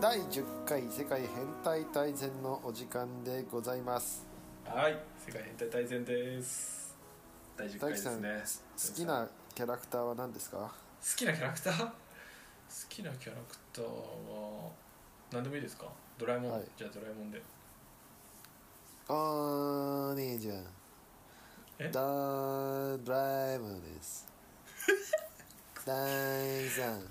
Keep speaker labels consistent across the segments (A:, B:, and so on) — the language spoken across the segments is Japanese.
A: 第10回世界変態大全のお時間でございます
B: はい、世界変態大全です。第10回
A: 大
B: で
A: 樹
B: す
A: さん、
B: ね。
A: 好きなキャラクターは何ですか
B: 好きなキャラクター？好きなキャラクターは何でもいいですか？ドラえもん、
A: はい
B: じゃあドラえもんで。
A: お兄ちゃん
B: え
A: ダードライブです 第3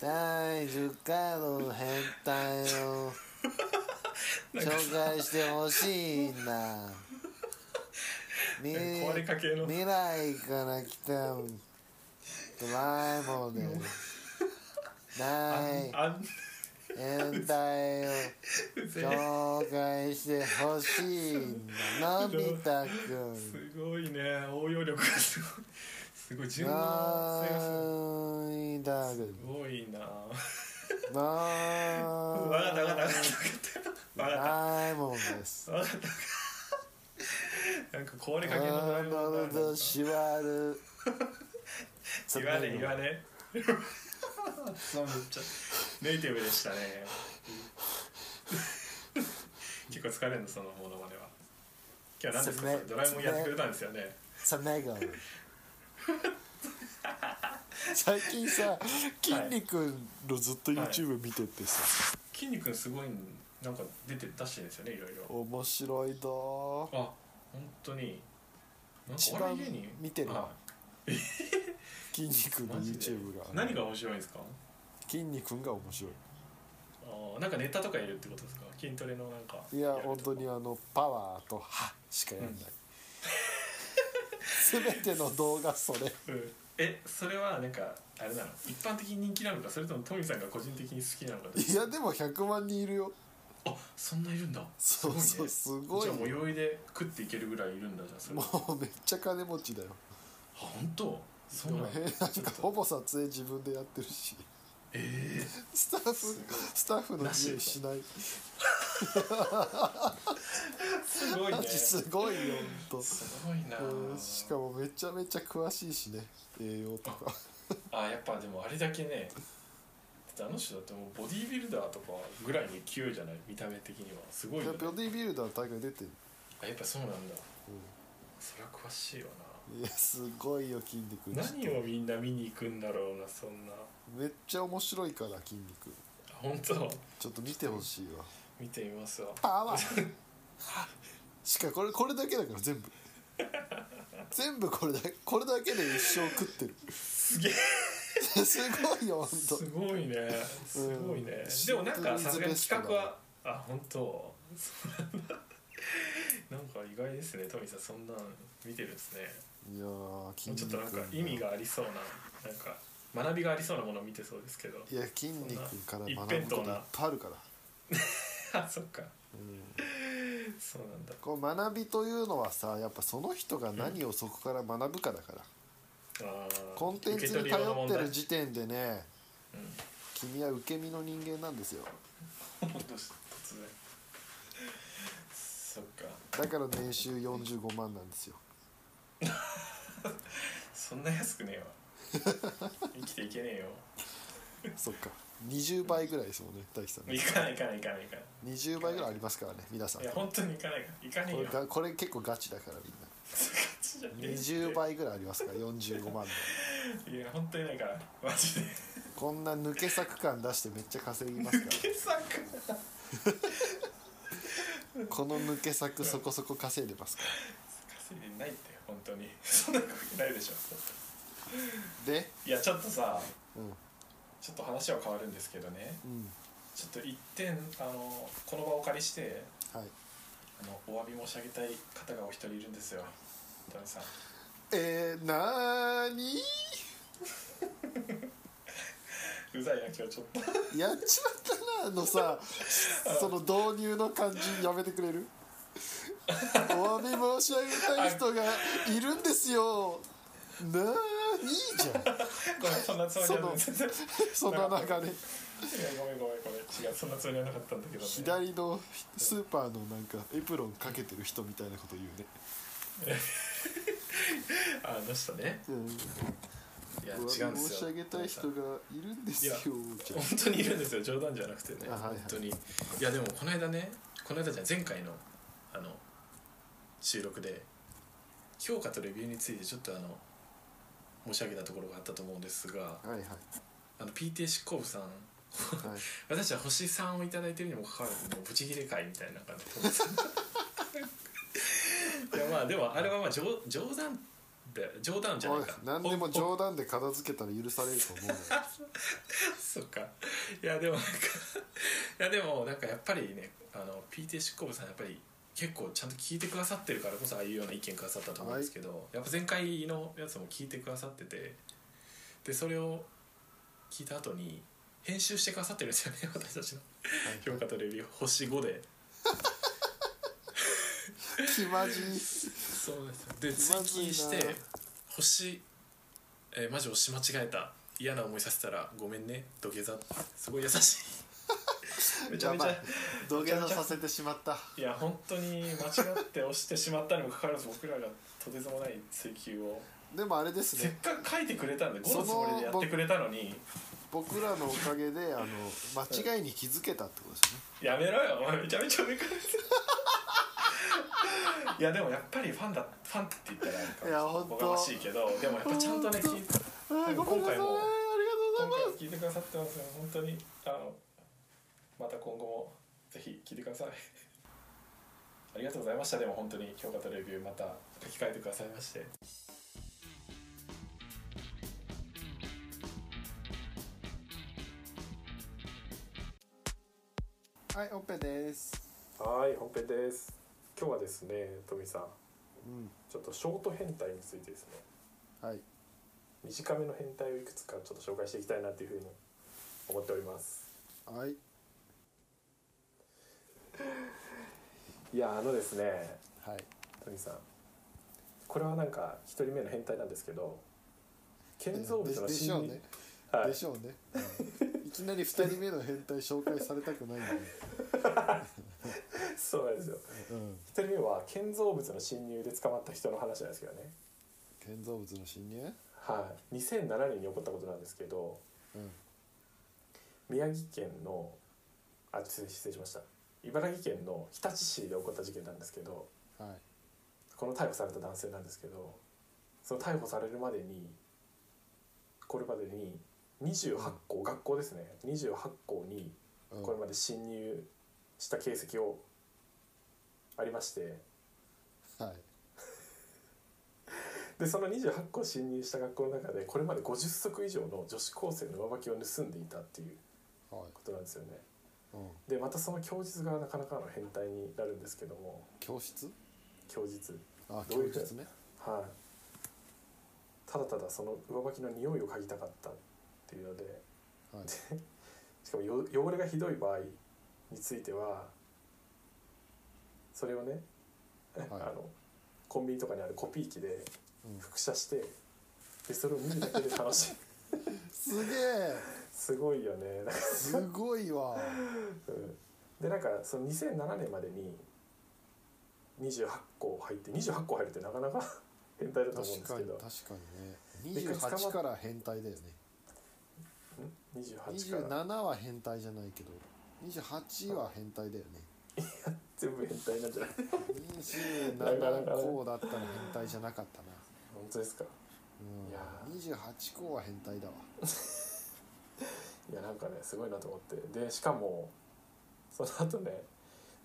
A: 第10回の変態 を紹介してほしいんだみ
B: え壊れかけの
A: 未来から来たドラえもんです第
B: あん
A: 変態を
B: す
A: 紹介してほしいんだのび太くん
B: ごいね、応用力がすごい。すごい順応性がす
A: ないだけど
B: ごい。すごいな。わ
A: な
B: かったわかったわかったわかった。わかっ
A: ないもんです
B: たわかった。なんか壊れかけのドラ
A: あ
B: えもんだな
A: の
B: なんか
A: 年はる
B: 言わね言わねそうめっちゃネイティブでしたね結構疲れるのそのモノマネは今日は何ですかそれドラえもんやってくれたんですよね
A: サメガル最近さ筋肉のずっと YouTube 見ててさ、
B: 筋肉すごいなんか出てたしいですよねいろいろ
A: 面白いだー
B: あ本当になんか
A: 一
B: お
A: 番
B: 笑い芸人
A: 見てるな
B: は
A: 筋肉
B: い
A: の
B: マジで
A: YouTube が
B: 何が面白いんですか
A: 筋肉が面白
B: あーなんかネタとかやるってことですか筋トレのなんか
A: いいや
B: ると
A: 本当にあのパワーと歯しかやんない、 全ての動画それ
B: うんえそれはなんかあれなの一般的に人気なのかそれともトミーさんが個人的に好きなのかどっち
A: いやでも100万人いるよ
B: あそんないるんだ
A: そうそうすごい
B: じゃあもう余裕で食っていけるぐらいいるんだじゃあそれ
A: も
B: あ
A: うめっちゃ金持ちだよ
B: 本当そ
A: で
B: う
A: も
B: な
A: へ
B: の
A: なんか ほぼ撮影自分でやってるし
B: え
A: スタッフスタッフの自由しない
B: ー、すごい
A: マ
B: ね
A: ジ
B: す
A: すごいよほん
B: ごいな
A: とうんしかもめちゃめちゃ詳しいしね栄養とか
B: あやっぱでもあれだけねだってあの人だってもうボディービルダーとかぐらいの勢いじゃない見た目的にはすごい
A: い
B: よ、
A: や
B: ね
A: ボ、ディービルダー大会出てる
B: あやっぱそうなんだ、そりゃ詳しいよ
A: いやすごいよ筋肉
B: な何をみんな見に行くんだろうなそんなあ
A: めっちゃ面白いから筋肉
B: 本当
A: ちょっと見てほしいわ
B: 見てみますわ
A: パワーしかこれこれだけだから全部全部これだこれだけで一生食ってる
B: すげえ
A: すごいよほんと
B: すごいねすごいね、
A: うん
B: でもなんかさす
A: シンプル
B: がに企画
A: イズベストだ
B: はあ本当そうなんだなんか意外ですねトミーさんそんなん見てるんですね
A: いやー筋
B: もうちょっとなんか意味がありそうななんか学びがありそうなものを見てそうですけど
A: いや筋肉から
B: そ
A: 学ぶこと
B: んな一辺倒
A: いっ
B: な
A: ぱいあるから、
B: あ そっか
A: うん、
B: そうなんだ
A: こう学びというのはさやっぱその人が何をそこから学ぶかだから、
B: あー
A: コンテンツ
B: 受け
A: に
B: 取り用の
A: 頼っ
B: 問
A: て
B: 題
A: る時点でね
B: うん
A: 君は受け身の人間なんですよ
B: どうした突然そっか
A: だから年収45万なんですよ
B: そんな安くねえわ生きていけねえよ
A: そっか20倍ぐらいですもんね大樹さんね
B: 行かない行かない行かない行かない
A: 20倍ぐらいありますからね皆さん
B: いや
A: こ
B: 本当に行かない行かねえ
A: れ
B: よ
A: がこれ結構ガチだからみんな20
B: 20
A: 倍ぐらいありますから45万の
B: いや本当にないからマジで
A: こんな抜け作感出してめっちゃ稼ぎますか
B: 傑作
A: らこの抜け作そこそこ稼いでますから
B: 稼いでないって本当にそんなことないでしょ
A: で
B: いやちょっとさ
A: うん
B: ちょっと話は変わるんですけどね
A: うん
B: ちょっと一点あのこの場をお借りして
A: はい
B: あのお詫び申し上げたい方がお一人いるんですよトミさん
A: えー、なーに
B: うざいな今日 ちょっと
A: やっちまったなあの さその導入の感じやめてくれるお詫び申し上げたい人がいるんですよなーにじゃん
B: ごめんそんなつもりはなかっ
A: その中で
B: たいやごめんごめんごめん違うそんなつもりはなかったんだけどね
A: 左のスーパーのなんかエプロンかけてる人みたいなこと言うね、
B: あの人ね
A: うん、
B: いや違
A: お
B: うんで
A: 詫
B: すよ
A: び申し上げたい人がいるんですよじゃ
B: 本当にいるんですよ冗談じゃなくてね、
A: あはいはい
B: 本当にいやでもこの間ねこの間じゃない前回のあの収録で評価とレビューについてちょっとあの申し上げたところがあったと思うんですが
A: あはいはい
B: あの PTA 執行部さん
A: はい
B: 私は星3を頂いただいてるにもかかわらずもうブチギレ会みたいな感じで いやまあでもあれはまあ冗冗談で冗談じゃな
A: お
B: い
A: い
B: か
A: 何でも冗談で片付けたら許されると思うのよ
B: そっかいやでもなんかいやでもなんかやっぱりねあの PT 執行部さんやっぱり結構ちゃんと聞いてくださってるからこそああいうような意見くださったと思うんですけど、やっぱ前回のやつも聞いてくださっててでそれを聞いた後に編集してくださってるんですよね 私たちの 評価とレビュー星5で
A: 気まじい
B: そうで
A: 気
B: すで
A: ま
B: 追
A: ずいな
B: 記して星、えーマジ押し間違えた嫌な思いさせたらごめんね土下座すごい優し いめちゃめち
A: やば
B: ゃ
A: い土下座させてしまった
B: いや本当に間違って押してしまったにもかかわらず僕らがとてつもない追求を
A: でもあれです
B: せっ
A: ね
B: かく書いてくれたんで5
A: そ
B: の
A: の
B: つもりでやってくれたのに
A: 僕らのおかげであの間違いに気づけたってことですね
B: やめろよお前めちゃめちゃ上からいやでもやっぱりファンだファンって言ったらなんか
A: いや本当
B: おこがましいけどでもやっぱちゃんとね
A: 本
B: 聞い
A: あーごめんなさいありがとう
B: 今回も
A: ござ
B: 今
A: い
B: 回
A: ます
B: も聞いてくださってますよ本当にあのまた今後もぜひ聞いてくださいありがとうございましたでも本当に評価とレビューまた書き換えてくださいまして
A: はい、オペです。
B: はい本編です今日はですね富さん
A: うん、
B: ちょっとショート変態についてですね
A: はい、
B: 短めの変態をいくつかちょっと紹介していきたいなというふうに思っております
A: はい、
B: いやあのですね
A: はい、
B: 富さんこれはなんか一人目の変態なんですけど建造物の
A: でし
B: 侵
A: ょう
B: 入
A: ね。
B: はい
A: でしょうね。いきなり二人目の変態紹介されたくないんで。
B: そうなんですよ
A: うん、
B: 一人目は建造物の侵入で捕まった人の話なんですけどね
A: 建造物の侵入。
B: はい2007年に起こったことなんですけど
A: うん、
B: 宮城県のあ失礼失礼しました茨城県の日立市で起こった事件なんですけど
A: はい、
B: この逮捕された男性なんですけどその逮捕されるまでにこれまでに28校、学校ですね28校に
A: うん、
B: これまで侵入した形跡をありまして
A: はい、
B: でその28校侵入した学校の中でこれまで50足以上の女子高生の上履きを盗んでいたっていう
A: はい、
B: ことなんですよね
A: うん、
B: でまたその供述がなかなかの変態になるんですけども
A: 教室。
B: 供述
A: あ、
B: どう
A: 教
B: いう
A: 室ね。
B: はいただただその上履きの匂いを嗅ぎたかったっていうので
A: はい、
B: しかもよ汚れがひどい場合についてはそれをね、あのコンビニとかにあるコピー機で
A: うん、
B: 複写してでそれを見るだけで楽しい
A: すげえ、
B: すごいよね、 なんか
A: すごいわ。
B: うんでなんかその2007年までに28校入って28校入るってなかな か変態だと思う
A: 確
B: んです
A: か
B: け
A: に、
B: ど
A: 確かにね。二十八から変態だよね。
B: ん
A: 二
B: 28
A: 十
B: から
A: 七は変態じゃないけど。二十八は変態だよね。
B: 全部変態なんじゃない
A: 27校だったら変態じゃなかったな、
B: 本当ですかいや
A: うん、28校は変態だわ
B: いやなんかねすごいなと思ってでしかもその後ね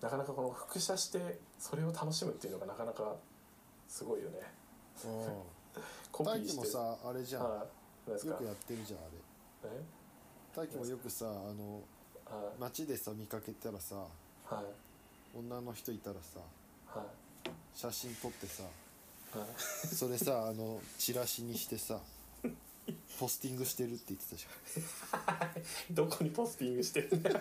B: なかなかこの複写してそれを楽しむっていうのがなかなかすごいよね
A: うん
B: コピ
A: 大
B: ー
A: 輝
B: して
A: もさあれじゃんよ
B: はいなんですか
A: くやってるじゃんあれ
B: え
A: 大輝もよくさあの
B: は
A: 街でさ見かけたらさ
B: いはい
A: 女の人いたらさ
B: は
A: 写真撮ってさ
B: いはい
A: それさあのチラシにしてさポスティングしてるって言ってたじ
B: どこにポスティングしてる んだよ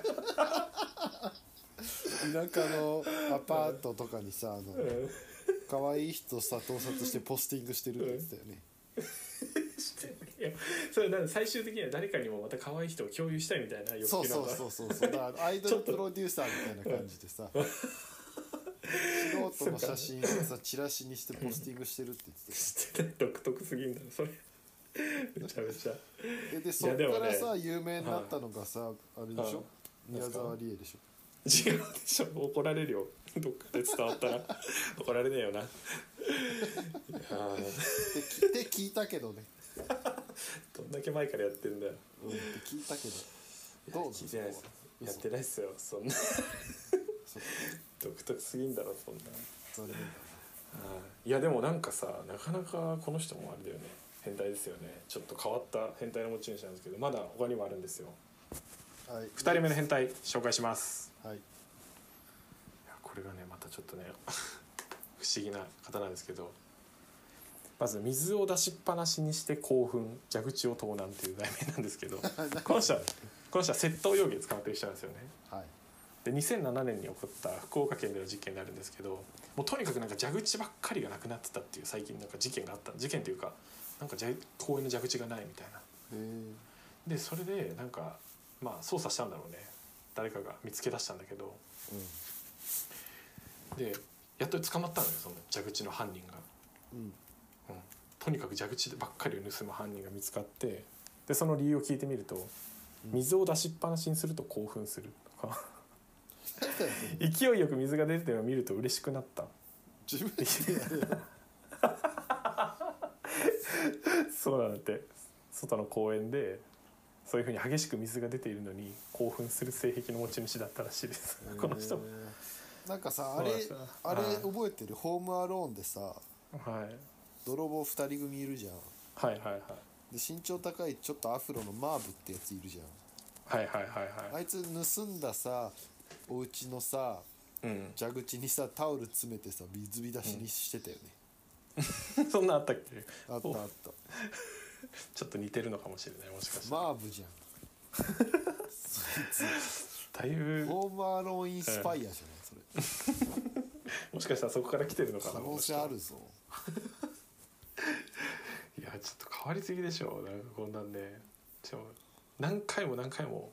A: ゃん田舎のアパートとかにさあの
B: う
A: 可愛い人さ盗撮してポスティングしてるって言ってたよね
B: んしてないよそれなんで最終的には誰かにもまた可愛い人を共有したいみたいな欲求
A: そう
B: な
A: そ
B: ん
A: う
B: だ
A: そうそうそうだからアイドルプロデューサーみたいな感じでさ素人の写真をさチラシにしてポスティングしてるって言ってたよ
B: してない独特すぎんだろそれめちゃめちゃ
A: えでそっ
B: でも
A: か
B: ね
A: らさ、有名になったのがさ、あれでしょ、
B: はい
A: 宮沢りえでしょ
B: 違うでしょ 怒られるよどっかで伝わったら怒られねえよないやー
A: できって聞いたけどね、
B: どんだけ前からやってんだよ
A: うん、って聞いたけどどう
B: 聞いてないですやっ
A: 嘘
B: てないっすよそんな
A: そっ
B: 独特すぎんだろそんな
A: 残念だ
B: いやでもなんかさなかなかこの人もあれだよね変態ですよねちょっと変わった変態の持ち主なんですけどまだ他にもあるんですよ
A: なはい
B: 2人目の変態紹介します
A: はい
B: いやこれがねまたちょっとね 不思議な方なんですけどまず水を出しっぱなしにして興奮蛇口を盗難っていう題名なんですけどこの人はこの人は窃盗容疑で捕まってる人なんですよね
A: はい
B: で2007年に起こった福岡県での事件になるんですけどもうとにかくなんか蛇口ばっかりがなくなってたっていう最近なんか事件があった事件というかなんか蛇公園の蛇口がないみたいな
A: えー、
B: でそれでなんかまあ捜査したんだろうね誰かが見つけ出したんだけどでやっと捕まったのよその蛇口の犯人が、
A: うんうん
B: うん、とにかく蛇口ばっかりを盗む犯人が見つかってでその理由を聞いてみると水を出しっぱなしにすると興奮するとか勢いよく水が出てるのを見ると嬉しくな った
A: 自分でやれよ
B: そうなんだって外の公園でそういうふうに激しく水が出ているのに興奮する性癖の持ち主だったらしいです、この人
A: えーなんかさあれ
B: そうだった
A: あれ
B: はい
A: 覚えてるホームアローンでさ
B: はい
A: 泥棒2人組いるじゃん
B: はいはいはい
A: で身長高いちょっとアフロのマーブってやついるじ
B: はいはいはい
A: ゃん
B: は
A: あ
B: い
A: いつ盗んださお家のさ
B: うん
A: 蛇口にさタオル詰めてさ水浸しにしてたよね、
B: そんなんあったっけ
A: あった
B: お
A: あった
B: ちょっと似てるのかもしれないもしかして、
A: マーブじゃ ん
B: だいぶ
A: ホームアローンインスパイアじゃないそれ
B: もしかしたらそこから来てるのかな
A: 可能性あるぞ
B: いやちょっと変わりすぎでしょなんかこんなんねしかも何回も何回も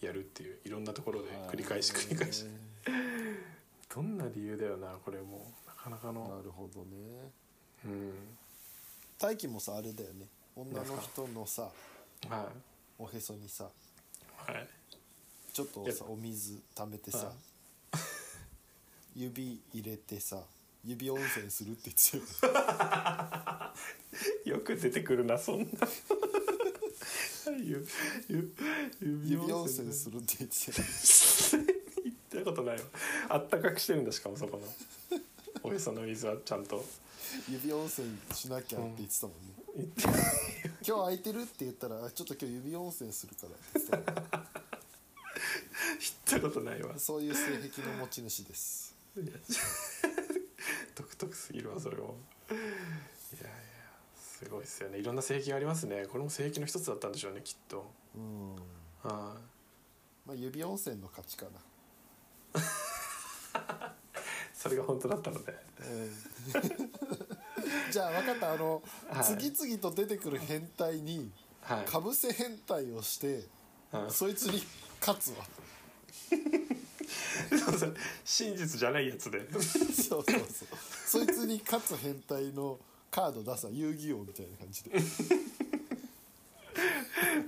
B: やるっていういろんなところで繰り返し繰り返し
A: え
B: どんな理由だよなこれもなかなか
A: ーな
B: の
A: るほどね
B: うん
A: 大輝もさあれだよね女の人のさ
B: は
A: おへそにさ
B: いはい
A: ちょっとさお水溜めてさ
B: は
A: 指入れてさ指温泉するって言ってたよね
B: よく出てくるなそんな ゆゆ指
A: 指
B: 温
A: 温泉
B: 泉です
A: するって言ってたよね
B: 言ったことないわあったかくしてるんだしかもそこのおへその水はちゃんと
A: 指温泉しなきゃって言ってたもんね
B: 言って
A: 今日空いてるって言ったらあちょっと今日指温泉するからって言ってたよね
B: 言ったことないわ
A: そういう性癖の持ち主です
B: いや独特すぎるわそれもいやいやすごいですよねいろんな性癖がありますねこれも性癖の一つだったんでしょうねきっと
A: うん
B: あ
A: まあ指温泉の勝ちかな
B: それが本当だったので
A: じゃあ分かったあの、
B: はい
A: 次々と出てくる変態に
B: はい
A: かぶせ変態をして
B: うん
A: そいつに勝つわ
B: そうそう 真実じゃないやつで
A: そうそうそうそいつに勝つ変態のカード出さ遊戯王みたいな感じで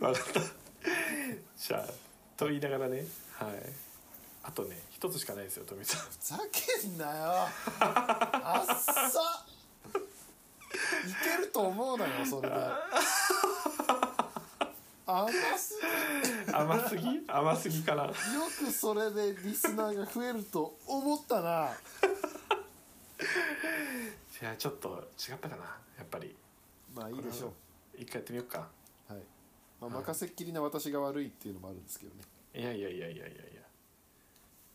B: わかったじゃあと言いながらねはいあとね一つしかないですよ富さん
A: ふざけんなよあっさいけると思うなよそれで甘す
B: 甘すぎ甘すぎかな
A: ぎよくそれでリスナーが増えると思ったない
B: やちょっと違ったかなやっぱり
A: まあいいでしょ
B: 一回やってみようか
A: うはい、まあ、任せっきりな私が悪いっていうのもあるんですけどね
B: いやいやいやいやいやいや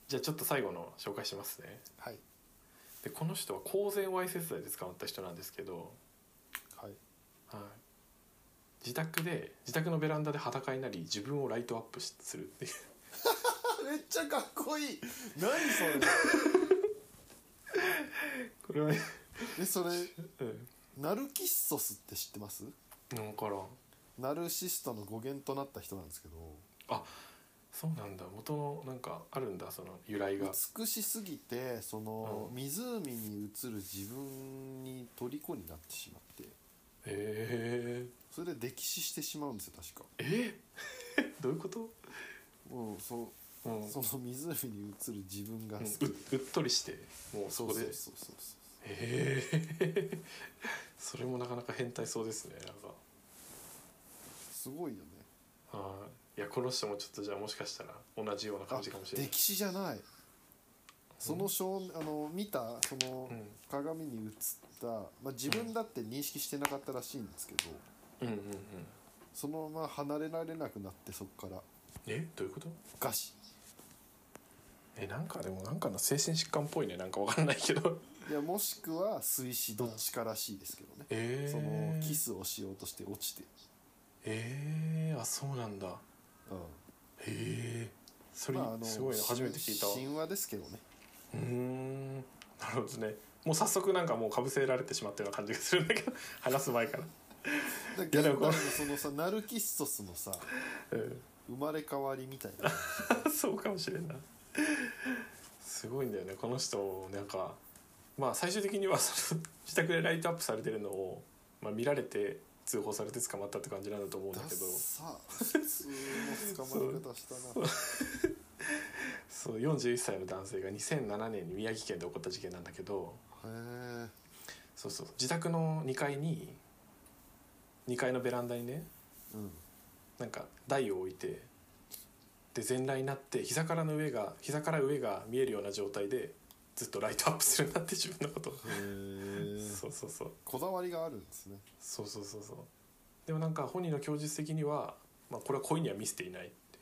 B: じゃあちょっと最後の紹介しますね
A: はい
B: でこの人は公然わいせつ罪で捕まった人なんですけど、
A: はい
B: はい、自宅で自宅のベランダで裸になり自分をライトアップしするっていう
A: めっちゃかっこいい何それ
B: これはね、
A: えそれ
B: うん、
A: ナルキッソスって知ってます
B: 分からん
A: ナルシストの語源となった人なんですけど
B: あそうなんだ元のなんかあるんだその由来が
A: 美しすぎてその
B: うん
A: 湖に映る自分に虜になってしまって
B: え
A: それで溺死してしまうんですよ確か
B: ー、え どういうこと、
A: もうそ
B: うん
A: その湖に映る自分が
B: う
A: 好
B: ん
A: き、
B: ううっとりしてもうそ
A: そう
B: こ
A: そう
B: で
A: そう そうそう
B: ええ それもなかなか変態そうですねなんか
A: すごいよね
B: あーいやこの人もちょっとじゃあもしかしたら同じような
A: あ
B: 感じかもしれない
A: 歴史じゃないその少年あの見たその
B: うん
A: 鏡に映った、まあ、自分だって認識してなかったらしいんですけど
B: うんうんうん
A: そのまま離れられなくなってそこから
B: えどういうこと
A: ガシ
B: えなんかでもなんかの精神疾患っぽいねなんかわからないけど
A: いやもしくは水死どっちからしいですけどね
B: ええ
A: そのキスをしようとして落ちて、
B: ええあそうなんだ
A: うん
B: ええそれ、
A: まああの
B: すごいな初めて聞いたわ
A: 神神話ですけど ね
B: うーんなるほどねもう早速なんかもうかぶせられてしまったような感じがするんだけど 話す前から
A: だ
B: やでも
A: 現代のそのさナルキッソスのさ
B: う
A: 生まれ変わりみたいなん
B: そうかもしれんないすごいんだよねこの人なんかまあ最終的にはその自宅でライトアップされてるのを、まあ、見られて通報されて捕まったって感じなんだと思うん
A: だ
B: だ
A: っ
B: けど
A: さ普通の捕まり方したな
B: そう41歳の男性が2007年に宮城県で起こった事件なんだけど
A: へえ
B: そうそう自宅の2階に2階のベランダにね
A: うん
B: なんか台を置いてで全裸になって膝からの上が膝から上が見えるような状態でずっとライトアップするなって自分のことを、
A: へえ
B: そうそうそう
A: こだわりがあるんですね
B: そうそうそうそうでもなんか本人の供述的には、まあ、これは故意には見せていないって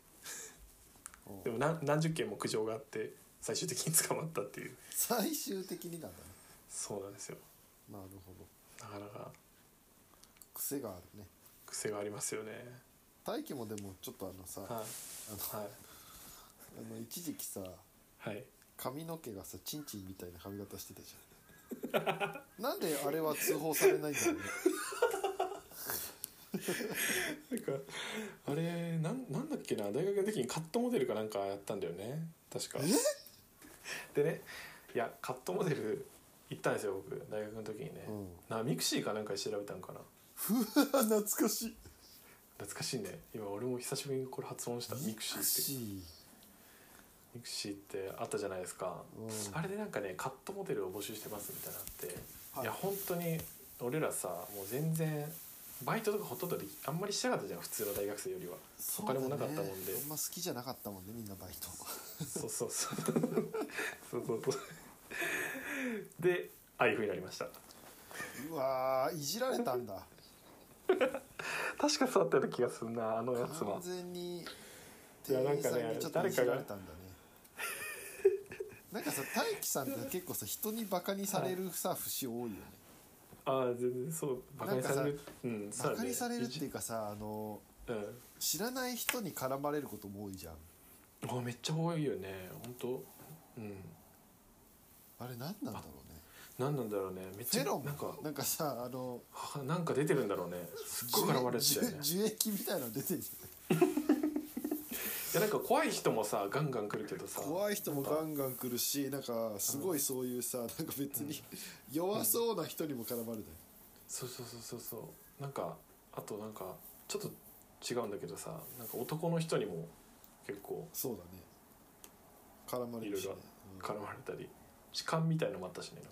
A: うん
B: でも何何十件も苦情があって最終的に捕まったっていう
A: 最終的になんだね
B: そうなんですよ
A: なるほど
B: なかなか
A: 癖があるね
B: 癖がありますよね
A: 大輝もでもちょっとあのさあ
B: は
A: の
B: い
A: あの一時期さ
B: はいはい
A: 髪の毛がさチンチンみたいな髪型してたじ ゃんなんであれは通報されないんだろうね
B: なんかあれなんなんだっけな大学の時にカットモデルかなんかやったんだよね確かでねいやカットモデル行ったんですよ僕大学の時にね、
A: うん
B: なミクシーかなんかで調べたんかな
A: 懐かしい
B: 懐かしいね今俺も久しぶりにこれ発音したミクシーって
A: ー
B: ミクシーってあったじゃないですか、
A: うん
B: あれでなんかねカットモデルを募集してますみたいなのあって、
A: はい
B: い、や本当に俺らさもう全然バイトとかほとんどできあんまりしてなかったじゃん普通の大学生よ りはお金もなかったもんで
A: そうだねあんま好きじゃなかったもんねみんなバイト
B: そうそうそうそうそうそうでああいうふうになりました
A: うわーいじられたんだ
B: 確かそうだったような気がするなあのやつは
A: 完全に
B: い
A: 店
B: やなん
A: 員
B: か
A: さ
B: ね
A: んにちょっといじられたんだ ねなんかさ大輝さんって結構さ人にバカにされるさ節多いよね
B: ああ全然そうバカにされるうんそ
A: バ
B: うだね
A: カにされるっていうかさあの
B: うん
A: 知らない人に絡まれることも多いじゃん
B: あめっちゃ多いよね本当うん
A: あれ何なんだろうね
B: 何なんだろうねめっ
A: フ
B: ちゃ
A: ェロン
B: なんか
A: なんかさあの
B: はなんか出てるんだろうねすっごい絡まれてたよね
A: 樹樹液みたいなの出てるじゃん
B: いやなんか怖い人もさガンガン来るけどさ
A: 怖い人もガンガン来るしなんかすごいそういうさなんか別に弱そうな人にも絡まれたり
B: そうそうそうそうそうなんかあとなんかちょっと違うんだけどさなんか男の人にも結構
A: そうだね絡まれるし、ね
B: いろい絡まれたり痴漢みたいのもあったしねなんか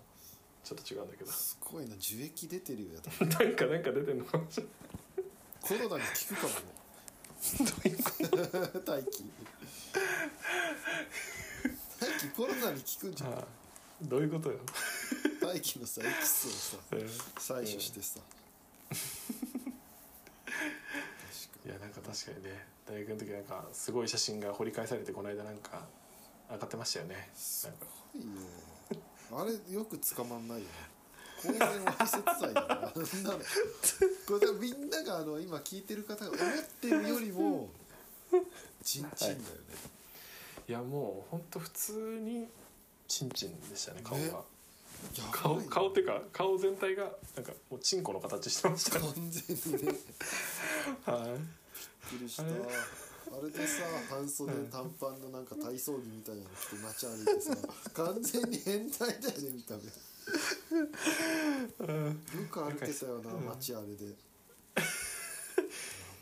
B: ちょっと違うんだけ
A: うん、
B: ど
A: すごいな樹液出てるよやだ
B: なんかなんか出てんのかもしれない
A: コロナに効くかもね大輝大輝コロナに効くんじゃん
B: ああどういうことよ、
A: 大輝のさエキスを
B: え
A: さ採取してさ、
B: いやなんか確かにね大学の時なんかすごい写真が掘り返されてこの間なんか上がってましたよねなんか
A: いいよあれよく捕まんないよね公然わいせつ罪だなあんなのこれでもみんながあの今聞いてる方が思ってるよりもちんちんだよね、
B: いやもうほんと普通にチンチンでしたね顔が、
A: ねやばい
B: 顔
A: ね
B: 顔っていうか顔全体がなんかもうチンコの形してま した
A: 完全にねびっ
B: はい
A: くりしたあ
B: あ
A: れ
B: れ
A: でさ半袖短パンのなんか体操着みたいなの着て街歩いてさ完全に変態だよね見た目よく歩けたよな
B: うん
A: 街あれで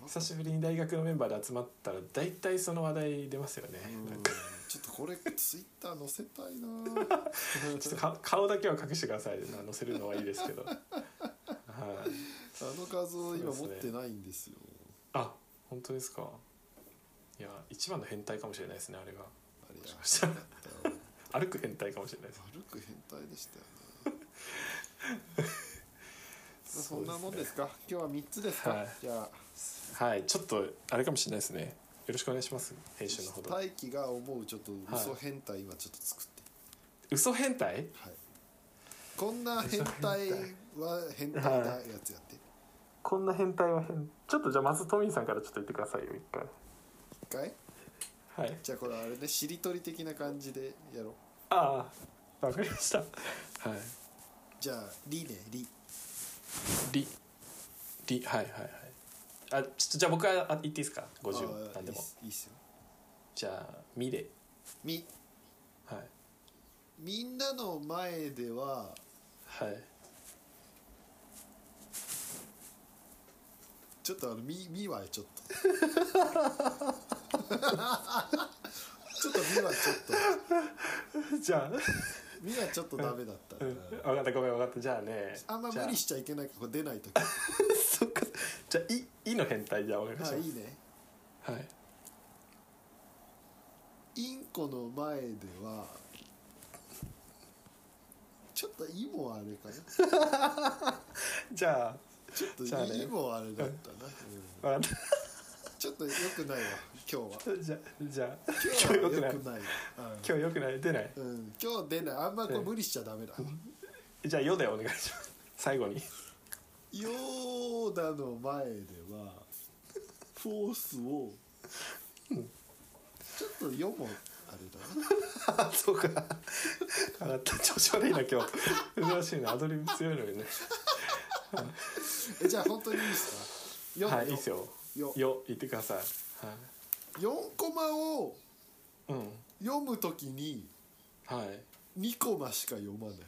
B: 久しぶりに大学のメンバーで集まったら大体その話題出ますよね、
A: うん
B: なんか
A: ちょっとこれツイッター載せたいな
B: ちょっとか顔だけは隠してくださいあの載せるのはいいですけどはい
A: あの画像今持ってないんですよ
B: あ本当ですかいや一番の変態かもしれないですねあれが
A: あれ
B: も
A: や
B: しかしたら
A: だよ
B: 歩く変態かもしれないです
A: 歩く変態でしたよね そんなもんですか今日は3つですか、
B: はい
A: じゃあ
B: はいちょっとあれかもしれないですねよろしくお願いします編集のほど
A: 大輝が思うちょっと嘘変態今ちょっと作って
B: 嘘変態
A: はい、こんな変態は変態なやつやって、
B: こんな変態は変ちょっとじゃあまずトミーさんからちょっと言ってくださいよ一
A: 一回
B: 回はい
A: じゃあこれあれねしりとり的な感じでやろう
B: ああわかりましたはい
A: じゃあリねリ
B: りりはいはいはいあちょっとじゃあ僕はあ言っていいですか50
A: あー
B: 何でも
A: いいっすいいっすよ
B: じゃあ「み」で
A: み
B: はい
A: みんなの前では
B: はい
A: ちょっとあのみみはちょっとちょっとみはちょっと
B: じゃあ
A: みはちょっとダメだった、
B: うん分かったごめん分かったじゃあ ね
A: あんま
B: じゃ
A: 無理しちゃいけないからこれ出ない時
B: そっかじゃあ「い」いの変態じゃあお願いします
A: あいいね
B: はい
A: インコの前ではちょっと「い」もあれかなち
B: じゃあ
A: ょっと「
B: じゃあね
A: い」もあれだったな、
B: 分かっ
A: うんちょっと良くないわ今日は
B: たじゃあじゃあ
A: 今日
B: 今
A: は良く
B: 日よく
A: な
B: ないい
A: わ
B: 今日よくない出ない
A: うん、うん今日出ないあんまこれ無理しちゃダメだ、
B: じゃあ「よ」でお願いします最後に
A: ヨーダの前ではフォースをちょっと「よ」もあれだな
B: あそうか。あ、調子悪いな今日。珍しいな、アドリブ強いのにね。
A: えじゃあ本当にいいですか
B: はい、いいっすよ。
A: よ
B: よ、言ってください。はい。
A: 4コマを
B: うん。
A: 読むときに
B: はい。
A: 2コマしか読まない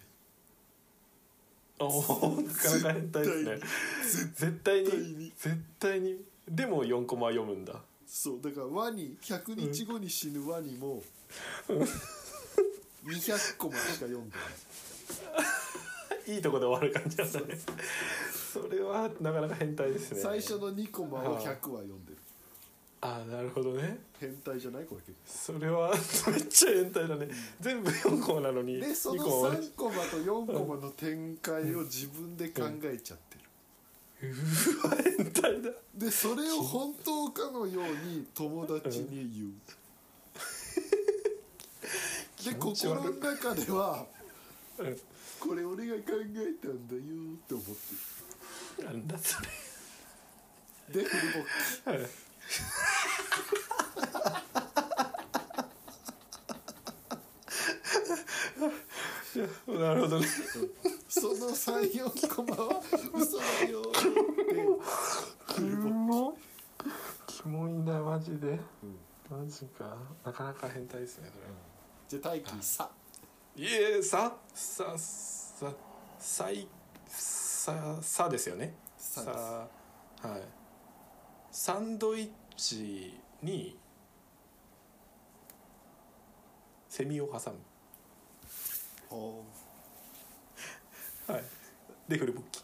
B: おお、なかなか変態ですね。絶対
A: 絶対
B: に
A: に。
B: 絶対に。でも四コマ読むんだ。
A: そうだからワニ100日後に死ぬワニも200コマしか読んで
B: いいとこで終わる感じだったね。それはなかなか変態ですね。
A: ない最初。の2コマを100は読んでる
B: あ、なるほどね。
A: 変態じゃないこれ結
B: それはめっちゃ変態だね。全部四コマなのに。
A: 構でそ
B: 二
A: の
B: コマ
A: 3コマと4コマの展開を自分で考えちゃってる
B: うわ変態だ。
A: でそれを本当かのように友達に 言うで
B: 持ち
A: 心
B: 悪
A: の
B: い
A: 中では
B: うん
A: これ俺が考えたんだよって思っ
B: なんだそれ。
A: てるで フルボッキ
B: なるほどね。
A: その3、4コマは嘘だよって
B: キモキモいなマジで、マジかなかなか変態ですね
A: じゃあ大輝さ
B: それはいえささささいささですよね
A: さ
B: はいサンドイッチにセミを挟
A: お
B: むはいでフルボッキ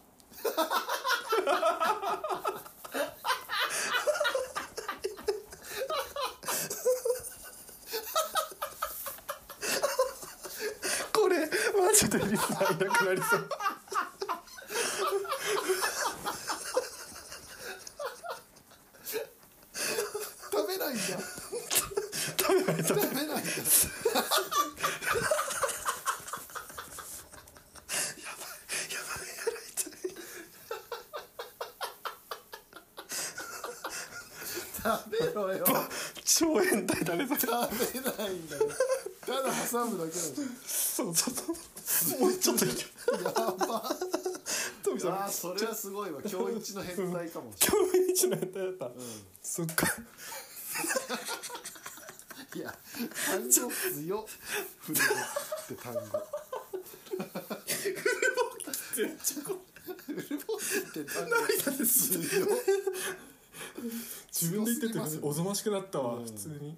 B: これマジでリスナーいなくなりそう
A: 食べないんだ
B: 食べないと
A: 食べないんだ食べろよ
B: 超変態だねそれ
A: 食べないんだよただ挟むだけ
B: そうそうそうもうちょっといけ
A: なんだよやば
B: トミさん
A: あーそれはすごいわ今日一の変態かもし
B: 今日一の変態だった、そっか
A: れないいや単語強っフルボッキって単語
C: 全チョコ
A: ウルボスって何
B: 涙です
A: 強っ
B: 自分で言って
A: 強す
B: て
A: ぎます
B: おぞましくなったわ、
A: うん
B: 普通に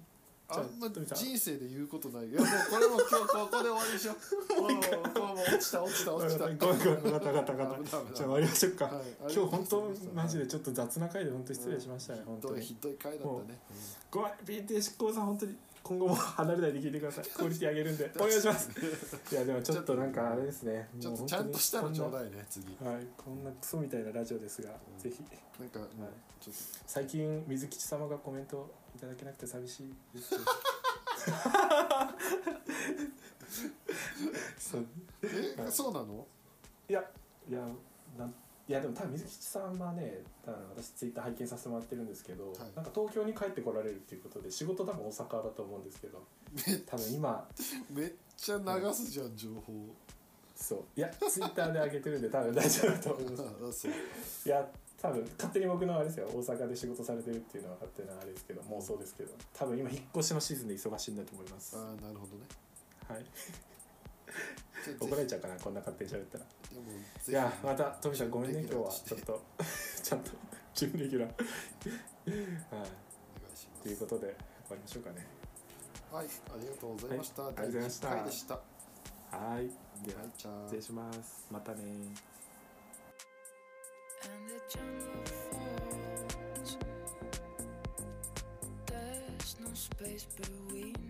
A: あんま
B: ちょっと見た
A: 人生で言うことないいやもうこれも今日ここで終わりにしよ うもうこれもう落ちた落ちた
B: ご
A: 落
B: めん
A: ちた
B: ごめんごめんわかったわかったわか
A: 危
B: っ
A: ない
B: たじ
A: 危ない
B: ゃあ終わりましょうか、
A: はい
B: 今日本当マジ
A: で
B: でちょっと雑な回で本当失礼しましたね、本当
A: ひ
B: に
A: どい回だったね
B: ごめん BT 執行さん本当に今後も離れないで聞いてくださいクオリティ上げるんでお願いしますいやでもちょっとなんかあれですね
A: ちょっ
B: も
A: と
B: う本
A: ち
B: 当に
A: ゃんとしたのちょう
B: こん
A: だいね次
B: なはいこんなクソみたいなラジオですが、
A: ん
B: ぜひ
A: なんかもう
B: はい
A: ちょっと
B: 最近水吉様がコメントいただけなくて寂しいですそう
A: え、
B: はい
A: そうなの
B: いやいやなんいやでも多分水吉さんはねあの私ツイッター拝見させてもらってるんですけど、
A: い
B: なんか東京に帰ってこられるっていうことで仕事多分大阪だと思うんですけど多分今
A: めっちゃ流すじゃん情報
B: そういやツイッターで上げてるんで多分大丈夫だと
A: あ
B: 思います
A: そう
B: いや多分勝手に僕のあれですよ大阪で仕事されてるっていうのは勝手なあれですけど妄想ですけど多分今引っ越しのシーズンで忙しいんだと思います
A: あ
B: は
A: あなるほどね
B: い
A: じゃあ
B: 怒ら
A: ぜ
B: れちゃうかなこんな勝手に喋ったら
A: ひでも
B: い
A: ぜ
B: や
A: ひ
B: また富ちゃんごめんね
A: レギュラー
B: 今日は
A: として
B: ちょっ とちゃんと準レギュラーはい
A: お願いします
B: ということで終わりましょうかね
A: はいありがとうございました、
B: はいありがとうございました
A: 第10回でしたは
B: はいではい
A: じゃあ
B: 失礼しますまたね
D: and the jungle falls. There's no space between oh,